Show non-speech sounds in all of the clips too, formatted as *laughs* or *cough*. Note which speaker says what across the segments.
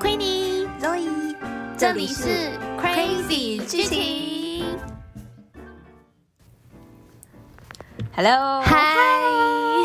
Speaker 1: Queenie，
Speaker 2: Zoe，
Speaker 1: 这里是 Crazy 剧情。
Speaker 2: Hello，
Speaker 1: 嗨，哦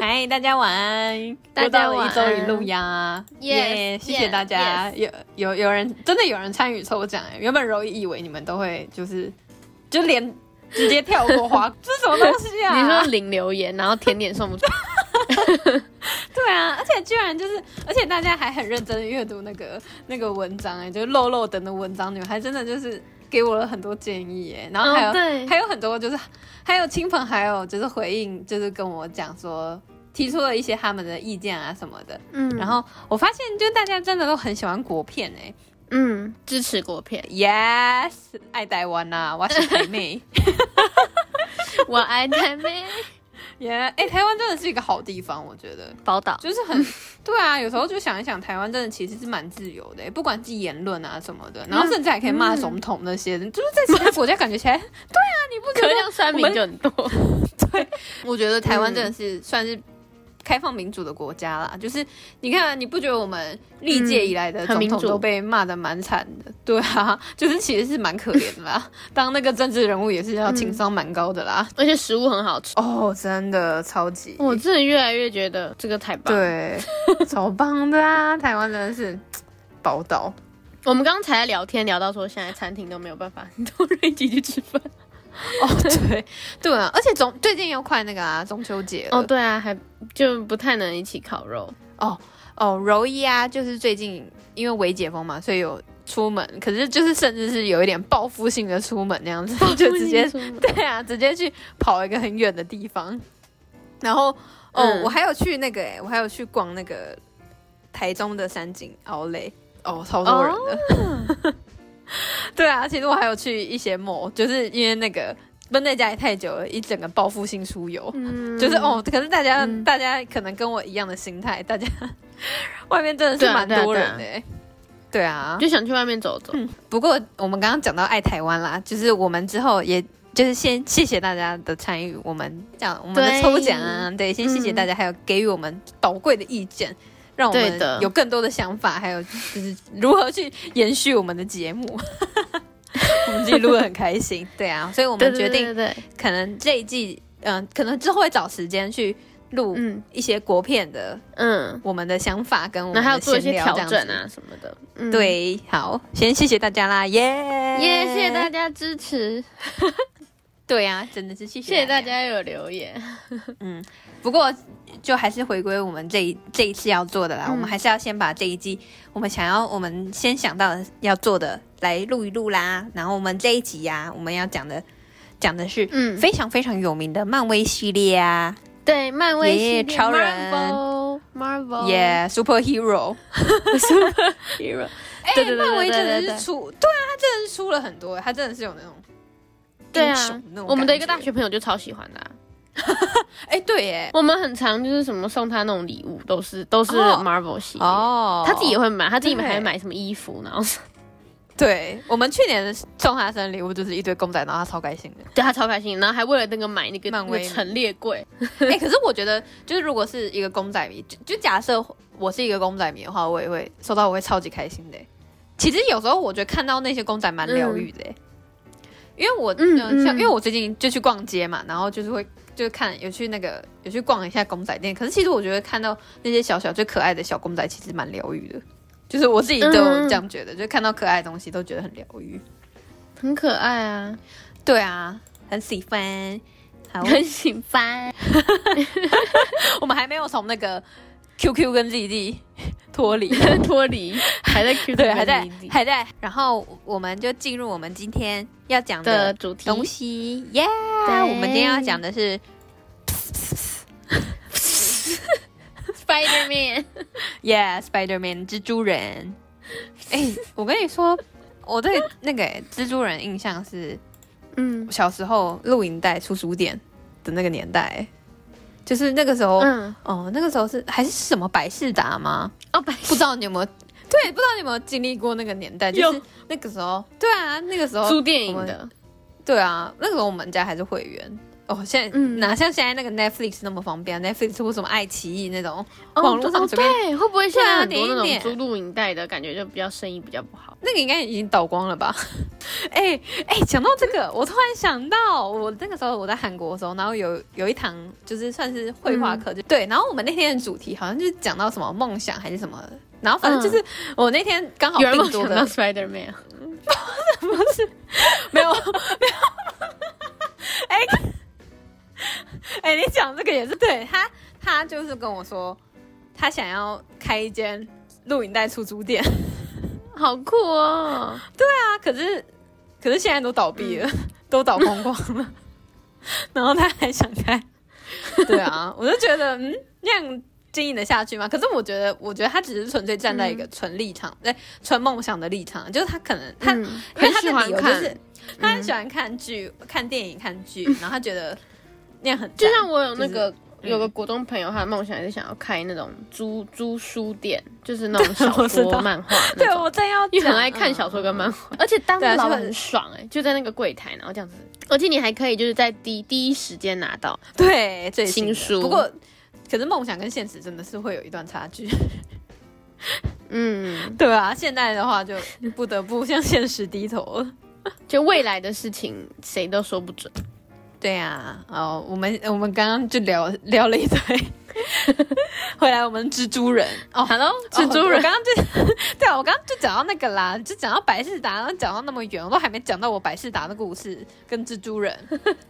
Speaker 2: 嗨，大家晚安，
Speaker 1: 大家晚
Speaker 2: 又
Speaker 1: 安
Speaker 2: 到了一周一路呀，
Speaker 1: Yes，
Speaker 2: 耶谢谢大家
Speaker 1: yes，
Speaker 2: 有有有人真的有人参与抽奖哎，原本柔以为你们都会就是就连直接跳过
Speaker 1: *laughs*
Speaker 2: 花，这是什么东西啊？
Speaker 1: 你说零留言，然后甜点送不出，
Speaker 2: 对啊，而且居然就是，而且大家还很认真的阅读那个那个文章哎、就是漏漏等的文章，女孩真的就是给我了很多建议哎、然后还有、
Speaker 1: 哦对
Speaker 2: 还有很多就是还有亲朋还有就是回应，就是跟我讲说提出了一些他们的意见啊什么的，
Speaker 1: *laughs* 嗯，
Speaker 2: 然后我发现就大家真的都很喜欢国片哎、
Speaker 1: 嗯，支持国片， *laughs*
Speaker 2: yes 爱台湾呐、啊，我是台妹，
Speaker 1: 我爱台妹
Speaker 2: 耶哎、台湾真的是一个好地方，我觉得。
Speaker 1: 宝 *laughs* 岛，
Speaker 2: 就是很对啊，有时候就想一想，台湾真的其实是蛮自由的，欸不管是言论啊什么的，然后甚至还可以骂总统那些，就是在其他国家感觉起来，对啊，你不
Speaker 1: 可
Speaker 2: 觉得？
Speaker 1: 量酸民就很多，
Speaker 2: 我觉得台湾真的是算是开放民主的国家啦，就是你看啊，你不觉得我们历届以来的
Speaker 1: 嗯很
Speaker 2: 总
Speaker 1: 民
Speaker 2: 统
Speaker 1: 主
Speaker 2: 都被骂的蛮惨的？对啊，就是其实是蛮可怜的啦，当那个政治人物也是要情商蛮高的啦。
Speaker 1: 而且食物很好吃。
Speaker 2: 嗯哦，真的超级，
Speaker 1: 我真的越来越觉得这个太棒。，
Speaker 2: 对，超棒的啊！台湾真的是宝岛。
Speaker 1: 我们刚才在聊天聊到说，现在餐厅都没有办法很多人一起去吃饭。
Speaker 2: *laughs* 哦，对对啊，而且中最近又快那个啊中秋节
Speaker 1: *laughs*
Speaker 2: 了。
Speaker 1: 哦，对啊，还就不太能一起烤 *laughs* 肉。
Speaker 2: 哦哦，柔一啊，就是最近因为微解封嘛，所以有出门，可是就是甚至是有一点报复性的出门那样子，就
Speaker 1: *laughs*
Speaker 2: 直接
Speaker 1: 出门
Speaker 2: 对啊，直接去跑一个很远的地方。然后哦，
Speaker 1: 嗯
Speaker 2: 我还有去那个哎、我还有去逛那个台中的三井奥莱，哦，超多人的。
Speaker 1: 哦
Speaker 2: *laughs* 对啊，其实我还有去一些 mall，就是因为那个闷在家里太久了，一整个报复性出游。
Speaker 1: 嗯
Speaker 2: 就是哦，可是大家、
Speaker 1: 嗯
Speaker 2: 大家可能跟我一样的心态，大家外面真的
Speaker 1: 啊
Speaker 2: 是蛮多人的、欸。对啊，
Speaker 1: 就想去外面走走。
Speaker 2: 不过我们刚刚讲到爱台湾啦，就是我们之后也就是先谢谢大家的参与，我们讲我们的
Speaker 1: 对嗯
Speaker 2: 抽奖啊，对，先谢谢大家，还有给予我们宝贵的意见，让我
Speaker 1: 对
Speaker 2: 们
Speaker 1: 的
Speaker 2: 有更多的想法，还有就是如何去延续我们的节目。 *laughs* 我们自己录得很开心，对啊，所以我
Speaker 1: 我
Speaker 2: 们决定
Speaker 1: 对对对，
Speaker 2: 可能这一季，嗯、可能之后会找时间去录
Speaker 1: 嗯
Speaker 2: 一些国片的、
Speaker 1: 嗯，
Speaker 2: 我们的想法跟我
Speaker 1: 然
Speaker 2: 们
Speaker 1: 后还有
Speaker 2: 的
Speaker 1: 做一
Speaker 2: 闲
Speaker 1: 些
Speaker 2: 聊
Speaker 1: 调
Speaker 2: 这
Speaker 1: 整
Speaker 2: 样子
Speaker 1: 啊。什么的。嗯，
Speaker 2: 对，好，先谢谢大家啦，耶
Speaker 1: 耶，谢谢大。家支持，
Speaker 2: 对啊，真的是谢
Speaker 1: 谢谢大。家有留言。
Speaker 2: 嗯，不过就还是回归我们这一这一次要做的啦，
Speaker 1: 嗯
Speaker 2: 我们还是要先把这一季我们想要我们先想到的要做的来录一录啦。然后我们这一集呀、我们要讲的讲的是
Speaker 1: 嗯，
Speaker 2: 非常非常有名的漫威系列啊。
Speaker 1: 对，漫威系
Speaker 2: 耶
Speaker 1: 列
Speaker 2: 超人
Speaker 1: Marvel，Marvel，
Speaker 2: 耶、yeah,，superhero，
Speaker 1: ，Hero，
Speaker 2: 哎
Speaker 1: 对对对对
Speaker 2: 漫威真的
Speaker 1: 对对对
Speaker 2: 是出，对啊，他真的是出了很多，他真的是有那种
Speaker 1: 对
Speaker 2: 英
Speaker 1: 啊
Speaker 2: 雄那种，
Speaker 1: 我们的一个
Speaker 2: 感
Speaker 1: 大
Speaker 2: 觉，
Speaker 1: 学朋友就超喜欢的啊、
Speaker 2: 哎，对耶，
Speaker 1: 我们很常就是什么送他那种礼物，都是都是
Speaker 2: 哦
Speaker 1: Marvel 系列。
Speaker 2: 哦，
Speaker 1: 他自己也会买，他自己
Speaker 2: 对
Speaker 1: 还买什么衣服，然后 *laughs*
Speaker 2: 对我们去年送他生日礼物就是一堆公仔，然后他超开心的。
Speaker 1: 对他超开心，然后还为了那个买那个
Speaker 2: 漫
Speaker 1: 那
Speaker 2: 威
Speaker 1: 个陈列柜， *laughs*
Speaker 2: 哎，可是我觉得，就是如果是一个公仔迷，就就假设我是一个公仔迷的话，我也会收到，我会超级开心的。其实有时候我觉得看到那些公仔蛮疗愈的，因为我嗯
Speaker 1: 嗯嗯
Speaker 2: 像因为我最近就去逛街嘛，然后就是会就是看有去那个有去逛一下公仔店，可是其实我觉得看到那些小小最可爱的小公仔，其实蛮疗愈的。就是我自己都
Speaker 1: 嗯
Speaker 2: 这样觉得，就看到可爱的东西都觉得很疗愈。
Speaker 1: 很可爱啊，
Speaker 2: 对啊，很喜欢。
Speaker 1: *laughs*
Speaker 2: 好，哦
Speaker 1: 很喜欢。
Speaker 2: *laughs* 我们还没有从那个 QQ 跟 ZZ *laughs* 脱离，
Speaker 1: *laughs* 脱离还在 Q
Speaker 2: 对，还在还在。然后我们就进入我们今天要讲
Speaker 1: 的
Speaker 2: 的
Speaker 1: 主题
Speaker 2: 东西，耶、
Speaker 1: 对
Speaker 2: 我们今天要讲的是
Speaker 1: Spider Man，
Speaker 2: 耶、Spider Man 蜘蛛 *laughs* 人。哎、我跟你说，我对那 *laughs* 个、蜘蛛人印象是
Speaker 1: 嗯
Speaker 2: 小时候录影带出书店的那个年代、就是那个时候，
Speaker 1: 嗯，
Speaker 2: 哦，那个时候是还是什么百事达吗？
Speaker 1: 哦，白
Speaker 2: 不知道你有没有对，不知道你有没有经历过那个年代，就是
Speaker 1: 有
Speaker 2: 那
Speaker 1: 哦
Speaker 2: 个时候，对啊，那个时候，
Speaker 1: 租电影的，
Speaker 2: 对啊，那个时候我们家还是会员，哦，哦，现在、
Speaker 1: 嗯
Speaker 2: 哪像现在那个 Netflix 那么方便、啊、，Netflix 或什么爱奇艺那种，
Speaker 1: 哦
Speaker 2: 网络上
Speaker 1: 哦
Speaker 2: 随便
Speaker 1: 对，会不会现在很多
Speaker 2: 对啊点一
Speaker 1: 那种
Speaker 2: 点
Speaker 1: 租录影带的感觉就比较生意比较不好？
Speaker 2: 那个应该已经倒光了吧？ *laughs* 哎哎、讲到这个，我突然想到，我那个时候我在韩国的时候，然后有有一堂就是算是绘画课，就
Speaker 1: 嗯
Speaker 2: 对，然后我们那天的主题好像就是讲到什么梦想还是什么。然后反正就是我那天刚好
Speaker 1: 有人
Speaker 2: 定
Speaker 1: 嗯梦
Speaker 2: 多
Speaker 1: 想
Speaker 2: 的
Speaker 1: 到 Spider Man，
Speaker 2: 没有 *laughs* 没有，哎哎，你讲这个也是对他，他就是跟我说他想要开一间录影带出租店，
Speaker 1: 好酷哦！
Speaker 2: 啊，可是可是现在都倒闭了， *laughs* 都倒光光了， *laughs* 然后他还想开，对啊， *laughs* 我就觉得嗯，那样经营的下去吗？可是我觉得，我觉得他只是纯粹站在一个纯立场，对、纯梦想的立场，就是他可能他、
Speaker 1: 嗯
Speaker 2: 因为
Speaker 1: 很
Speaker 2: 他
Speaker 1: 喜
Speaker 2: 的
Speaker 1: 欢
Speaker 2: 理由就
Speaker 1: 看，
Speaker 2: 是他很喜欢看剧、看电影、看剧，然后他觉得那样很
Speaker 1: 就
Speaker 2: 赞
Speaker 1: 像我有那
Speaker 2: 嗯就是嗯
Speaker 1: 个。有个国中朋友，他的梦想也是想要开那种租租书店，就是那种小
Speaker 2: *laughs* 我知
Speaker 1: 说、
Speaker 2: 道
Speaker 1: 漫画那
Speaker 2: 对
Speaker 1: 种。
Speaker 2: 我正要
Speaker 1: 因为很
Speaker 2: 讲
Speaker 1: 爱看
Speaker 2: 嗯
Speaker 1: 小说跟漫画，而且当
Speaker 2: 对啊
Speaker 1: 老
Speaker 2: 就
Speaker 1: 板
Speaker 2: 很
Speaker 1: 很爽哎、就在那个柜台，然后这样子，而且你还可以就是在第第一时间拿到，
Speaker 2: 对最
Speaker 1: 新
Speaker 2: 的
Speaker 1: 书
Speaker 2: 不过，可是梦想跟现实真的是会有一段差 *laughs* 距。
Speaker 1: 嗯，
Speaker 2: 对啊，现在的话就不得不向现实低头了。
Speaker 1: 就未来的事情谁都说不准，
Speaker 2: 对啊，哦，我们我们刚刚就聊聊了一堆， *laughs* 回来我们蜘蛛人哦，Hello，
Speaker 1: *laughs* 蜘蛛人
Speaker 2: 我刚刚就 *laughs* 对啊，我刚刚就讲到那个啦，就讲到百事达，然后讲到那么远，我都还没讲到我百事达的故事跟蜘
Speaker 1: *laughs*
Speaker 2: 蛛人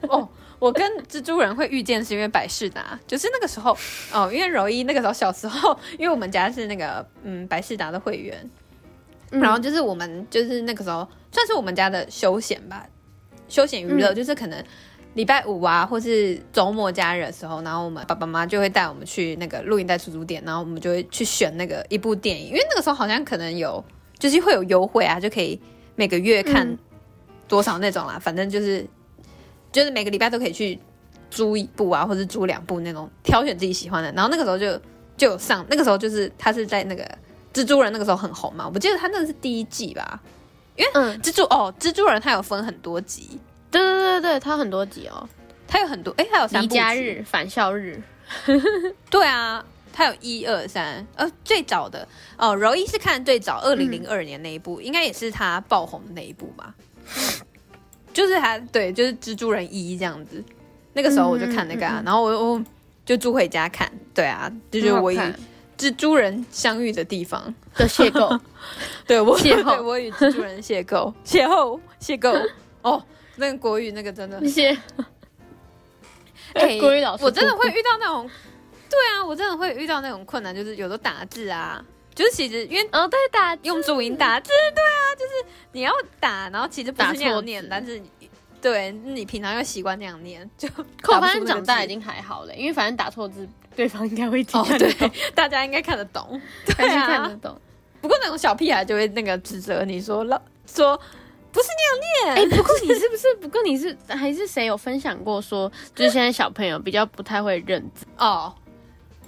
Speaker 2: 哦。我跟蜘蛛人会遇见是因为百事达，就是那个时候哦，因为柔一那个时候小时候，因为我们家是那个嗯百事达的会员，
Speaker 1: 嗯
Speaker 2: 然后就是我们就是那个时候算是我们家的休闲吧，休闲娱乐、
Speaker 1: 嗯
Speaker 2: 就是可能礼拜五啊，或是周末假日的时候，然后我们爸爸妈妈就会带我们去那个录影带出租店，然后我们就会去选那个一部电影，因为那个时候好像可能有就是会有优惠啊，就可以每个月看
Speaker 1: 嗯
Speaker 2: 多少那种啦，反正就是就是每个礼拜都可以去租一部啊，或者租两部那种，挑选自己喜欢的。然后那个时候就就有上，那个时候就是他是在那个蜘蛛人那个时候很红嘛，我记得他那个是第一季吧。
Speaker 1: 嗯，
Speaker 2: 蜘蛛哦，蜘蛛人他有分很多集，
Speaker 1: 对对对对，它很多集哦，
Speaker 2: 他有很多哎，他有三
Speaker 1: 离
Speaker 2: 部
Speaker 1: 家
Speaker 2: 曲
Speaker 1: 日、返校日，
Speaker 2: 对啊，它有一二三，呃，最早的哦，柔一是看最早
Speaker 1: 嗯
Speaker 2: 二零零二年那一部，应该也是他爆红的那一部吧。就是他，对，就是蜘蛛人一这样子。那个时候我就看那个、啊，
Speaker 1: 嗯嗯嗯嗯
Speaker 2: 然后我我就住回家看，对啊，这就是我与
Speaker 1: 很好看
Speaker 2: 蜘蛛人相遇的地方。
Speaker 1: 的邂逅，
Speaker 2: 对我
Speaker 1: 邂逅
Speaker 2: *laughs* 对我与蜘蛛人邂逅，邂逅，邂逅。哦，那个国 *laughs* 语那个
Speaker 1: *laughs*
Speaker 2: 真的
Speaker 1: 那些
Speaker 2: *laughs* 哎，
Speaker 1: 国语老师
Speaker 2: 我真的会遇到那种，对啊，我真的会遇到那种困难，就是有时候打字啊，就是其实因为
Speaker 1: 哦对打
Speaker 2: 用注音打字，对啊，就是你要打，然后其实不
Speaker 1: 打
Speaker 2: 是
Speaker 1: 错
Speaker 2: 那样念
Speaker 1: 字，
Speaker 2: 但是你对你平常又习惯那样念，就 *laughs*
Speaker 1: 可我
Speaker 2: 打
Speaker 1: 发
Speaker 2: 不出
Speaker 1: 现
Speaker 2: 那个
Speaker 1: 长大
Speaker 2: 字
Speaker 1: 已经还好了，因为反正打错字对方应该会听
Speaker 2: 哦，
Speaker 1: 看得
Speaker 2: 对
Speaker 1: 懂，，
Speaker 2: 大家应该看得懂，
Speaker 1: 还
Speaker 2: *laughs* 对
Speaker 1: 是看得
Speaker 2: 啊。
Speaker 1: 懂。
Speaker 2: 不过那种小屁孩就会那个指责你说老说不是那样
Speaker 1: 哎、
Speaker 2: 念，
Speaker 1: 不过你是不是？不过你是还是谁有分享过说，就是现在小朋友比较不太会认字？
Speaker 2: 哦，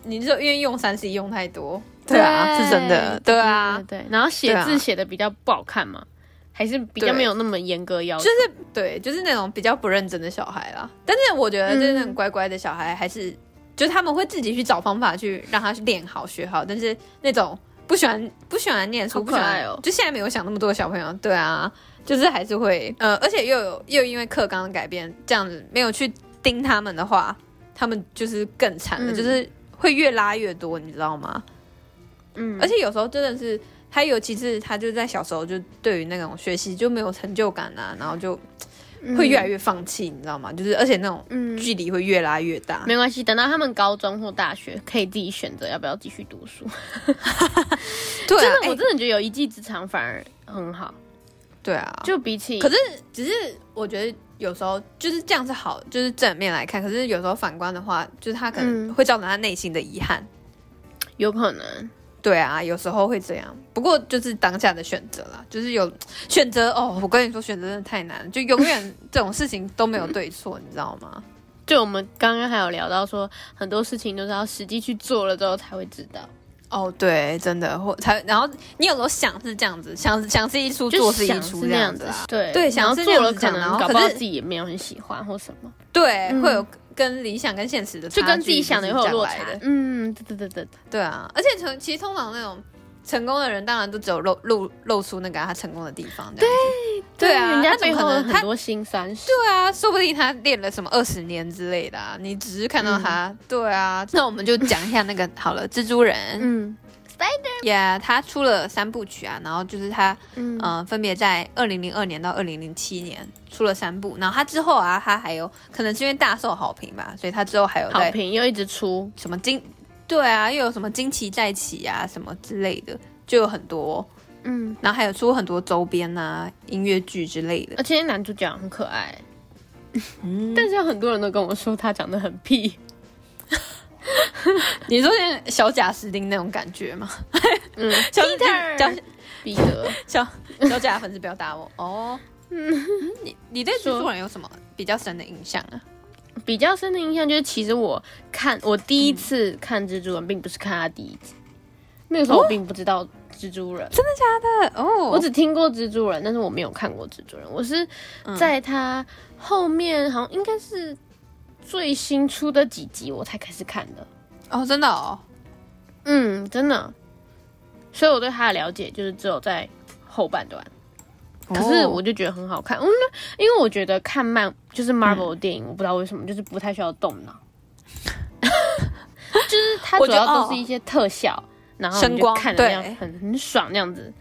Speaker 2: 你就因为用三 C 用太多，对啊，
Speaker 1: 对
Speaker 2: 是真的，对啊，
Speaker 1: 对对，然后写
Speaker 2: 对啊
Speaker 1: 字写的比较不好看嘛，还是比较
Speaker 2: 对
Speaker 1: 没有那么严格要求
Speaker 2: 就。是对，就是那种比较不认真的小孩啦。但是我觉得，就是那种
Speaker 1: 嗯
Speaker 2: 乖乖的小孩，还是、就是他们会自己去找方法去让他去练好学好。但是那种不喜欢不喜欢念书，
Speaker 1: 好
Speaker 2: 不
Speaker 1: 可
Speaker 2: 喜
Speaker 1: 爱
Speaker 2: 欢
Speaker 1: 哦
Speaker 2: 就现在没有想那么多的小朋友，对啊，就是还是会呃，而且又有又因为课纲的改变，这样子没有去盯他们的话，他们就是更惨了，
Speaker 1: 嗯
Speaker 2: 就是会越拉越多，你知道吗？
Speaker 1: 嗯，
Speaker 2: 而且有时候真的是，他尤其是他就在小时候就对于那种学习就没有成就感啊，然后就会越来
Speaker 1: 越
Speaker 2: 越放弃，你知道吗？就是而且那种
Speaker 1: 嗯。
Speaker 2: 距离会越拉越大。
Speaker 1: 没关系，等到他们高中或大学，可以自己选择要不要继续读书。
Speaker 2: 对
Speaker 1: 真，
Speaker 2: 啊
Speaker 1: 的，
Speaker 2: 哎
Speaker 1: 我真的觉得有一技之长反而很好，
Speaker 2: 对啊，就
Speaker 1: 就比起
Speaker 2: 可是只是我觉得有时候就是这样是好，就是正面来看。可是有时候反观的话，就是他可能
Speaker 1: 嗯
Speaker 2: 会造成他内心的遗憾。
Speaker 1: 有可能
Speaker 2: 对啊，有时候会这样。不过就是当下的选择啦，就是有选择哦。我跟你说，选择真的太难了，就永远这种事情都没有对错，你知道吗？
Speaker 1: 就我们刚刚还有聊到说，很多事情都是要实际去做了之后才会知道。
Speaker 2: *laughs* 哦，对，真的，或才然后你有时候想是这样子，想想是一出，
Speaker 1: 就
Speaker 2: 做
Speaker 1: 是
Speaker 2: 是
Speaker 1: 想
Speaker 2: 一
Speaker 1: 是
Speaker 2: 出
Speaker 1: 那
Speaker 2: 这
Speaker 1: 样
Speaker 2: 样
Speaker 1: 子
Speaker 2: 子啊，，
Speaker 1: 对
Speaker 2: 对
Speaker 1: 然后
Speaker 2: 想是
Speaker 1: 做
Speaker 2: 那
Speaker 1: 了
Speaker 2: 样子
Speaker 1: 可
Speaker 2: 讲然
Speaker 1: 能
Speaker 2: 后
Speaker 1: 搞不
Speaker 2: 可
Speaker 1: 好
Speaker 2: 是
Speaker 1: 自己也没有很喜欢或什么，
Speaker 2: 对，
Speaker 1: 嗯
Speaker 2: 会有跟理想跟现实的差距，
Speaker 1: 就跟自己想的
Speaker 2: 也
Speaker 1: 会有落
Speaker 2: 来
Speaker 1: 差
Speaker 2: 的。。
Speaker 1: 嗯，对对对对对，
Speaker 2: 对啊，而且成其实通常那种成功的人，当然都只有露露露出那个他成功的地方，对对啊，
Speaker 1: 人家
Speaker 2: 他怎
Speaker 1: 背
Speaker 2: 么
Speaker 1: 后
Speaker 2: 可
Speaker 1: 有
Speaker 2: 能
Speaker 1: 很
Speaker 2: 他
Speaker 1: 多辛酸史。
Speaker 2: 对啊，说不定他练了什么二十年之类的啊，你只是看到他，
Speaker 1: 嗯
Speaker 2: 对啊。那我们就讲一下那个好了，蜘蛛人，
Speaker 1: 嗯
Speaker 2: 也、他出了三部曲啊，然后就是他
Speaker 1: 嗯
Speaker 2: 呃，分别在二零零二年到二零零七年出了三部，然后他之后啊，他还有可能是因为大受好评吧，所以他之后还有
Speaker 1: 好
Speaker 2: 在
Speaker 1: 评又一直出，
Speaker 2: 什么惊，对啊，又有什么惊奇再起啊什么之类的，就有很多，
Speaker 1: 嗯，
Speaker 2: 然后还有出很多周边啊、音乐剧之类 *laughs* 的。
Speaker 1: 而且男主角很可爱，
Speaker 2: 嗯，
Speaker 1: 但是有很多人都跟我说他长得很屁。
Speaker 2: 你说像小贾斯汀那种感觉吗？
Speaker 1: *laughs* 嗯
Speaker 2: *laughs* 小小
Speaker 1: ，Peter，彼得，
Speaker 2: 小小贾的粉丝不要打我 *laughs* 哦。嗯，你你对蜘蛛
Speaker 1: 说
Speaker 2: 人有什么比较深的印象啊？
Speaker 1: 比较深的印象就是，其实我看我第一次看蜘蛛人，并不是看他第一集，那个时候
Speaker 2: 哦
Speaker 1: 我并不知道蜘蛛人，
Speaker 2: 呃哦，
Speaker 1: 我只听过蜘蛛人，但是我没有看过蜘蛛人。我是
Speaker 2: 嗯
Speaker 1: 在他后面好像应该是最新出的几集我才开始看的。
Speaker 2: 哦真的哦，
Speaker 1: 嗯，真的。所以我对他的了解就是只有在后半段，可是
Speaker 2: 哦
Speaker 1: 我就觉得很好看。嗯，因为我觉得看漫就是 Marvel
Speaker 2: 嗯
Speaker 1: 的电影，我不知道为什么就是不太需要动
Speaker 2: *laughs*
Speaker 1: 脑，就是它
Speaker 2: 我
Speaker 1: 主
Speaker 2: 觉得哦
Speaker 1: 要都是一些特效，然后你
Speaker 2: 声
Speaker 1: 就
Speaker 2: 光
Speaker 1: 看的那样
Speaker 2: 对
Speaker 1: 很很爽那样子，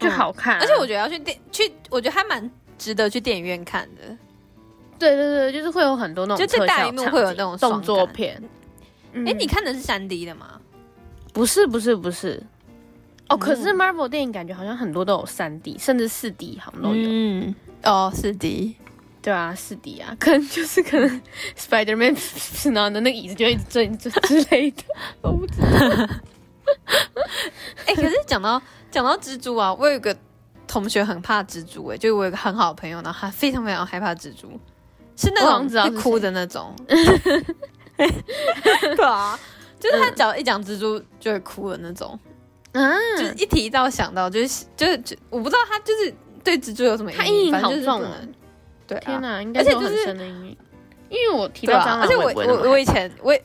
Speaker 1: 就
Speaker 2: 嗯
Speaker 1: 好看啊、
Speaker 2: 而且我觉得要去电去，我觉得还蛮值得去电影院看的。
Speaker 1: 对对对，就是会有很多那种
Speaker 2: 就
Speaker 1: 特
Speaker 2: 在大
Speaker 1: 效
Speaker 2: 荧幕
Speaker 1: 场
Speaker 2: 会有
Speaker 1: 景
Speaker 2: 那种爽
Speaker 1: 动作
Speaker 2: 感
Speaker 1: 片。哎
Speaker 2: 哎、你看的是三 D 的吗？
Speaker 1: 不是不是不是哦，可是 Marvel 电影感觉好像很多都有三 D，甚至四 D 好像都有。
Speaker 2: 嗯，哦，四 D。
Speaker 1: 对啊，四 D 啊， *laughs* 可能就是可能 Spider Man 然后那个椅子就一直转转之类的。我不知道
Speaker 2: *laughs* 哎、可是讲到讲到蜘蛛啊，我有一个同学很怕蜘蛛、哎，就是我有一个很好的朋友，然后他非常非常害怕蜘蛛，是那
Speaker 1: 我好像
Speaker 2: 种
Speaker 1: 知道
Speaker 2: 会
Speaker 1: 是谁
Speaker 2: 哭的那
Speaker 1: *laughs*
Speaker 2: 种。 *laughs* 对啊，就是他只要一讲蜘蛛就会哭的那种，
Speaker 1: 啊，
Speaker 2: 就是一提到想到就是就是就我不知道他就是对蜘蛛有什么
Speaker 1: 他
Speaker 2: 阴
Speaker 1: 阴影
Speaker 2: 反正
Speaker 1: 好
Speaker 2: 就是
Speaker 1: 重
Speaker 2: 不
Speaker 1: 哦
Speaker 2: 能对啊，
Speaker 1: 天哪，应该
Speaker 2: 而且
Speaker 1: 是有
Speaker 2: 就
Speaker 1: 很
Speaker 2: 是
Speaker 1: 深的阴影。因为我提
Speaker 2: 对
Speaker 1: 到
Speaker 2: 啊
Speaker 1: 蟑螂，
Speaker 2: 而且
Speaker 1: 我
Speaker 2: 我
Speaker 1: 也不会那么
Speaker 2: 我我
Speaker 1: 害
Speaker 2: 以前我也，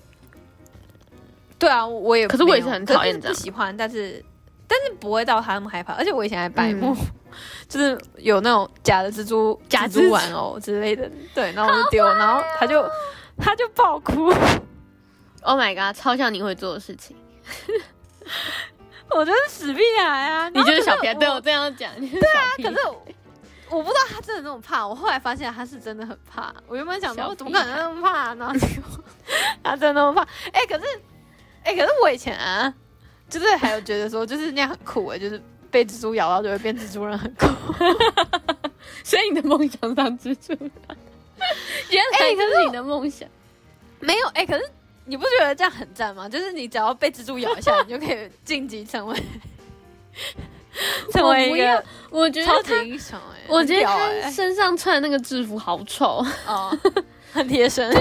Speaker 2: 对啊，我也
Speaker 1: 可是我也
Speaker 2: 没有
Speaker 1: 是很讨厌
Speaker 2: 可
Speaker 1: 这
Speaker 2: 是
Speaker 1: 样
Speaker 2: 不喜欢，但是但是不会到他那么害怕。而且我以前还白目， *laughs* 就是有那种假的蜘蛛、
Speaker 1: 嗯假
Speaker 2: 蜘
Speaker 1: 蜘
Speaker 2: 蛛
Speaker 1: 蛛
Speaker 2: 玩偶之类的，对，然后我就丢，然后他就他就爆哭， *laughs*
Speaker 1: 怕。Oh my god，超像你会做的事情，
Speaker 2: 我就是死屁孩啊！
Speaker 1: *laughs* 你就是小
Speaker 2: 屁
Speaker 1: 屁孩。对哦我这样讲，对啊，
Speaker 2: 可是我我不知道他真的那么怕，我后来发现他是真的很怕。我原本想
Speaker 1: 小
Speaker 2: 说，
Speaker 1: 屁
Speaker 2: 我怎么可能那么怕呢？然后结果他真的那么怕。 *laughs* 哎、可是，哎、可是我以前啊，就是还有觉得说，就是那样很酷哎，就是被蜘蛛咬到就会变蜘蛛人，很酷。
Speaker 1: *laughs* 所以你的梦想当蜘蛛人， *laughs* 原来
Speaker 2: 哎可
Speaker 1: 这是你的梦想。
Speaker 2: *laughs* 没有哎、可是你不觉得这样很赞吗？就是你只要被蜘蛛咬一下，你就可以晋级成为 *laughs* 成为
Speaker 1: 我
Speaker 2: 一
Speaker 1: 不要
Speaker 2: 个
Speaker 1: 我觉得
Speaker 2: 超级
Speaker 1: 他，
Speaker 2: 英雄哎、
Speaker 1: 我觉得
Speaker 2: 很屌
Speaker 1: 他
Speaker 2: 哎
Speaker 1: 身上穿的那个制服好丑，
Speaker 2: 哦， *laughs* 很贴身。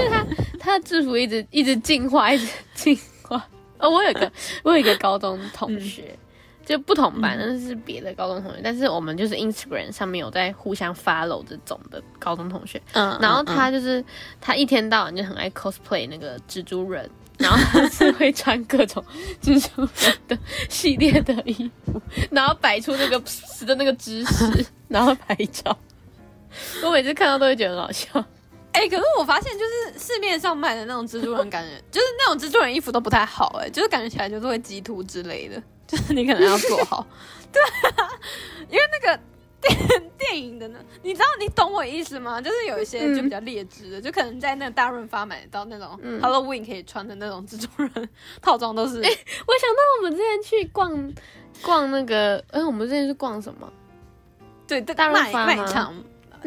Speaker 1: 他的制服一直一直进化，一直进化。哦，我有一个我有一个高中
Speaker 2: 嗯
Speaker 1: 同学，就不同班，但是是别的高中同学，但是我们就是 Instagram 上面有在互相 follow 这种的高中同学，
Speaker 2: 嗯
Speaker 1: 然后他就是、他一天到晚就很爱 cosplay 那个蜘蛛人， *laughs* 然后他是会穿各种蜘蛛人的系列的衣服， *laughs* 然后摆出那个的那个姿势， *laughs* 然后拍照。 *laughs* 我每次看到都会觉得很好笑。
Speaker 2: 哎、可是我发现，就是市面上卖的那种蜘蛛人，感觉 *laughs* 就是那种蜘蛛人衣服都不太好、哎，就是感觉起来就是会鸡突之类的， *laughs* 就是你可能要做好。 *laughs* 对、啊，因为 *laughs* 那个电电影的呢，你知道你懂我意思吗？就是有一些
Speaker 1: 嗯
Speaker 2: 就比较劣质的，就可能在那个大润发买得到那种
Speaker 1: 嗯
Speaker 2: Halloween 可以穿的那种蜘蛛人套装，都是、
Speaker 1: 我想到我们之前去逛逛那个，哎、我们之前是逛什么
Speaker 2: 对对
Speaker 1: 大润
Speaker 2: 卖
Speaker 1: 发
Speaker 2: 卖
Speaker 1: 吗
Speaker 2: 场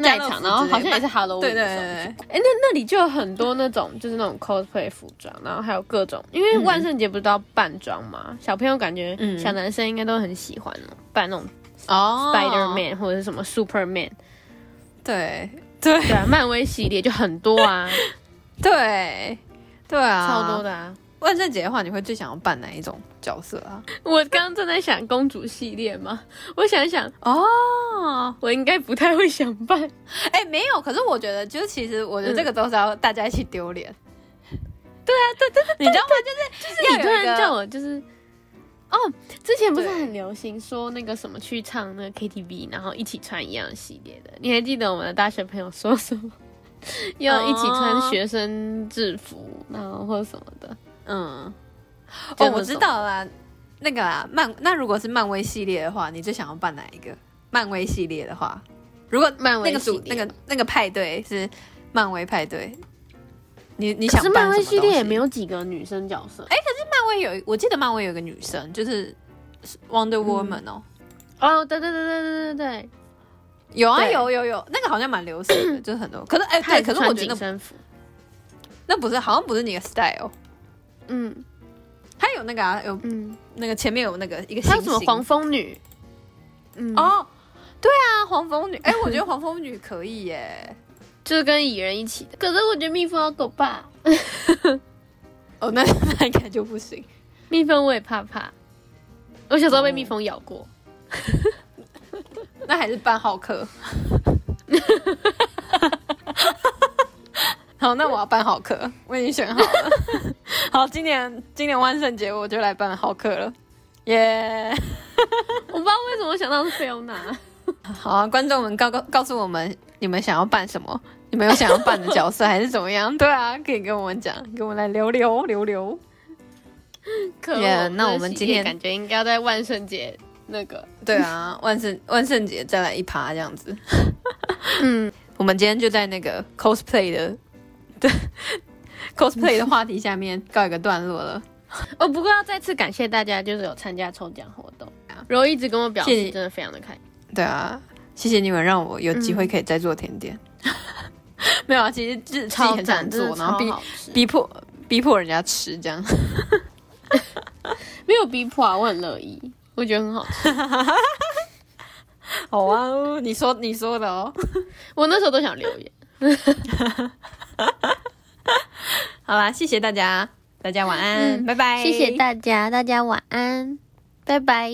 Speaker 1: 那一
Speaker 2: 家乐
Speaker 1: 场，
Speaker 2: 福
Speaker 1: 然后
Speaker 2: 之类
Speaker 1: 好像也
Speaker 2: 卖
Speaker 1: 是 Halloween
Speaker 2: 对对
Speaker 1: 的时候
Speaker 2: 对对
Speaker 1: 哎、那那里就有很多那种，就是那种 cosplay 服装，然后还有各种，因为万圣节不是都要扮装嘛，小朋友感觉
Speaker 2: 嗯
Speaker 1: 小男生应该都很喜欢哦，扮那种
Speaker 2: 哦
Speaker 1: Spider Man 或者是什么 Superman，
Speaker 2: 对对
Speaker 1: 对啊，漫威系列就很多啊，
Speaker 2: 对对啊，
Speaker 1: *laughs* 超多的啊，
Speaker 2: 万圣节的话，你会最想要扮哪一种角色啊？
Speaker 1: 我刚刚正在想公主系列嘛，我想一想，
Speaker 2: 哦，
Speaker 1: 我应该不太会想扮。
Speaker 2: 哎、没有，可是我觉得，就是其实我觉得这个都是要大家一起丢脸。对啊，对对对，你知道吗？就是
Speaker 1: 你
Speaker 2: 就是
Speaker 1: 突
Speaker 2: 要有一
Speaker 1: 然
Speaker 2: 个
Speaker 1: 叫我就是，哦，之前不是
Speaker 2: 对
Speaker 1: 很流行说那个什么去唱那个 KTV，然后一起穿一样的系列的，你还记得我们的大学朋友说什么？ *laughs* 要一起穿学生制服，然后或者什么的。
Speaker 2: 嗯，
Speaker 1: 就
Speaker 2: 哦
Speaker 1: 那，种
Speaker 2: 我知道啦，那个啦，漫那如果是漫威系列的话，你最想要扮哪一个？漫威系列的话，如果
Speaker 1: 漫威
Speaker 2: 那个
Speaker 1: 系
Speaker 2: 组
Speaker 1: 列嘛
Speaker 2: 那个那个派对是漫威派对，你你
Speaker 1: 可
Speaker 2: 想
Speaker 1: 是
Speaker 2: 扮
Speaker 1: 漫威
Speaker 2: 什么
Speaker 1: 系列也
Speaker 2: 东西
Speaker 1: 没有几个女生角色。哎、
Speaker 2: 漫威有一，我记得漫威有一个女生就是 Wonder Woman 哦，
Speaker 1: 哦，对对对对对对对，
Speaker 2: 有啊
Speaker 1: 对
Speaker 2: 有有有，那个好像蛮流行的，就是很多。可是哎、
Speaker 1: 她也
Speaker 2: 对，可是
Speaker 1: 穿
Speaker 2: 我觉得
Speaker 1: 紧
Speaker 2: 那
Speaker 1: 身服。
Speaker 2: 那不是好像不是你的 style。
Speaker 1: 嗯
Speaker 2: 还有那个啊，有
Speaker 1: 嗯，
Speaker 2: 那个前面有那个一个星
Speaker 1: 还有
Speaker 2: 星
Speaker 1: 什么黄蜂女？嗯，
Speaker 2: 哦，对啊，黄蜂女，哎、我觉得黄蜂女可以耶。
Speaker 1: 就是跟蚁人一起的。可是我觉得蜜蜂要狗怕，
Speaker 2: 哦，那那应该就不行。
Speaker 1: 蜜蜂我也怕怕。我小时候被蜜蜂咬过。
Speaker 2: 那还是扮浩克。好，那我要扮浩克，我已经选好了。好，今年今年万圣节我就来扮浩克了，耶、
Speaker 1: 我不知道为什么我想到是菲欧娜。
Speaker 2: 好啊、观众们告告告诉我们，你们想要扮什么？你们有想要扮的角色还是怎么样？ *laughs* 对啊，可以跟我们讲，给我们来留留留留。
Speaker 1: *laughs* 可恶
Speaker 2: Yeah，那
Speaker 1: 这个
Speaker 2: 我们
Speaker 1: 系
Speaker 2: 今
Speaker 1: 列
Speaker 2: 天
Speaker 1: 感觉应该要在万圣节那个。
Speaker 2: 对啊，万圣万圣节再来一趴这样子。
Speaker 1: 嗯，
Speaker 2: *laughs* 我们今天就在那个 cosplay 的 *laughs* 对 cosplay 的话题下面告一个段落了。
Speaker 1: 哦，不过要再次感谢大家，就是有参加抽奖活动，然后啊一直跟我表
Speaker 2: 谢
Speaker 1: 示
Speaker 2: 谢
Speaker 1: 真的非常的开心。
Speaker 2: 对啊，谢谢你们让我有机会可以再做甜 *laughs* 点。没有啊，其实自自己
Speaker 1: 超
Speaker 2: 很
Speaker 1: 赞，
Speaker 2: 想
Speaker 1: 真的
Speaker 2: 做，然后
Speaker 1: 超
Speaker 2: 逼
Speaker 1: 好吃，
Speaker 2: 逼迫逼迫人家吃这样。
Speaker 1: 没有逼迫啊，我很乐意，我觉得很好吃。
Speaker 2: 好啊，你说你说的哦。
Speaker 1: 我那时候都想留言，
Speaker 2: 好啦，谢谢大家，大家晚安，
Speaker 1: 嗯
Speaker 2: 拜拜。
Speaker 1: 谢谢大家，大家晚安，拜拜。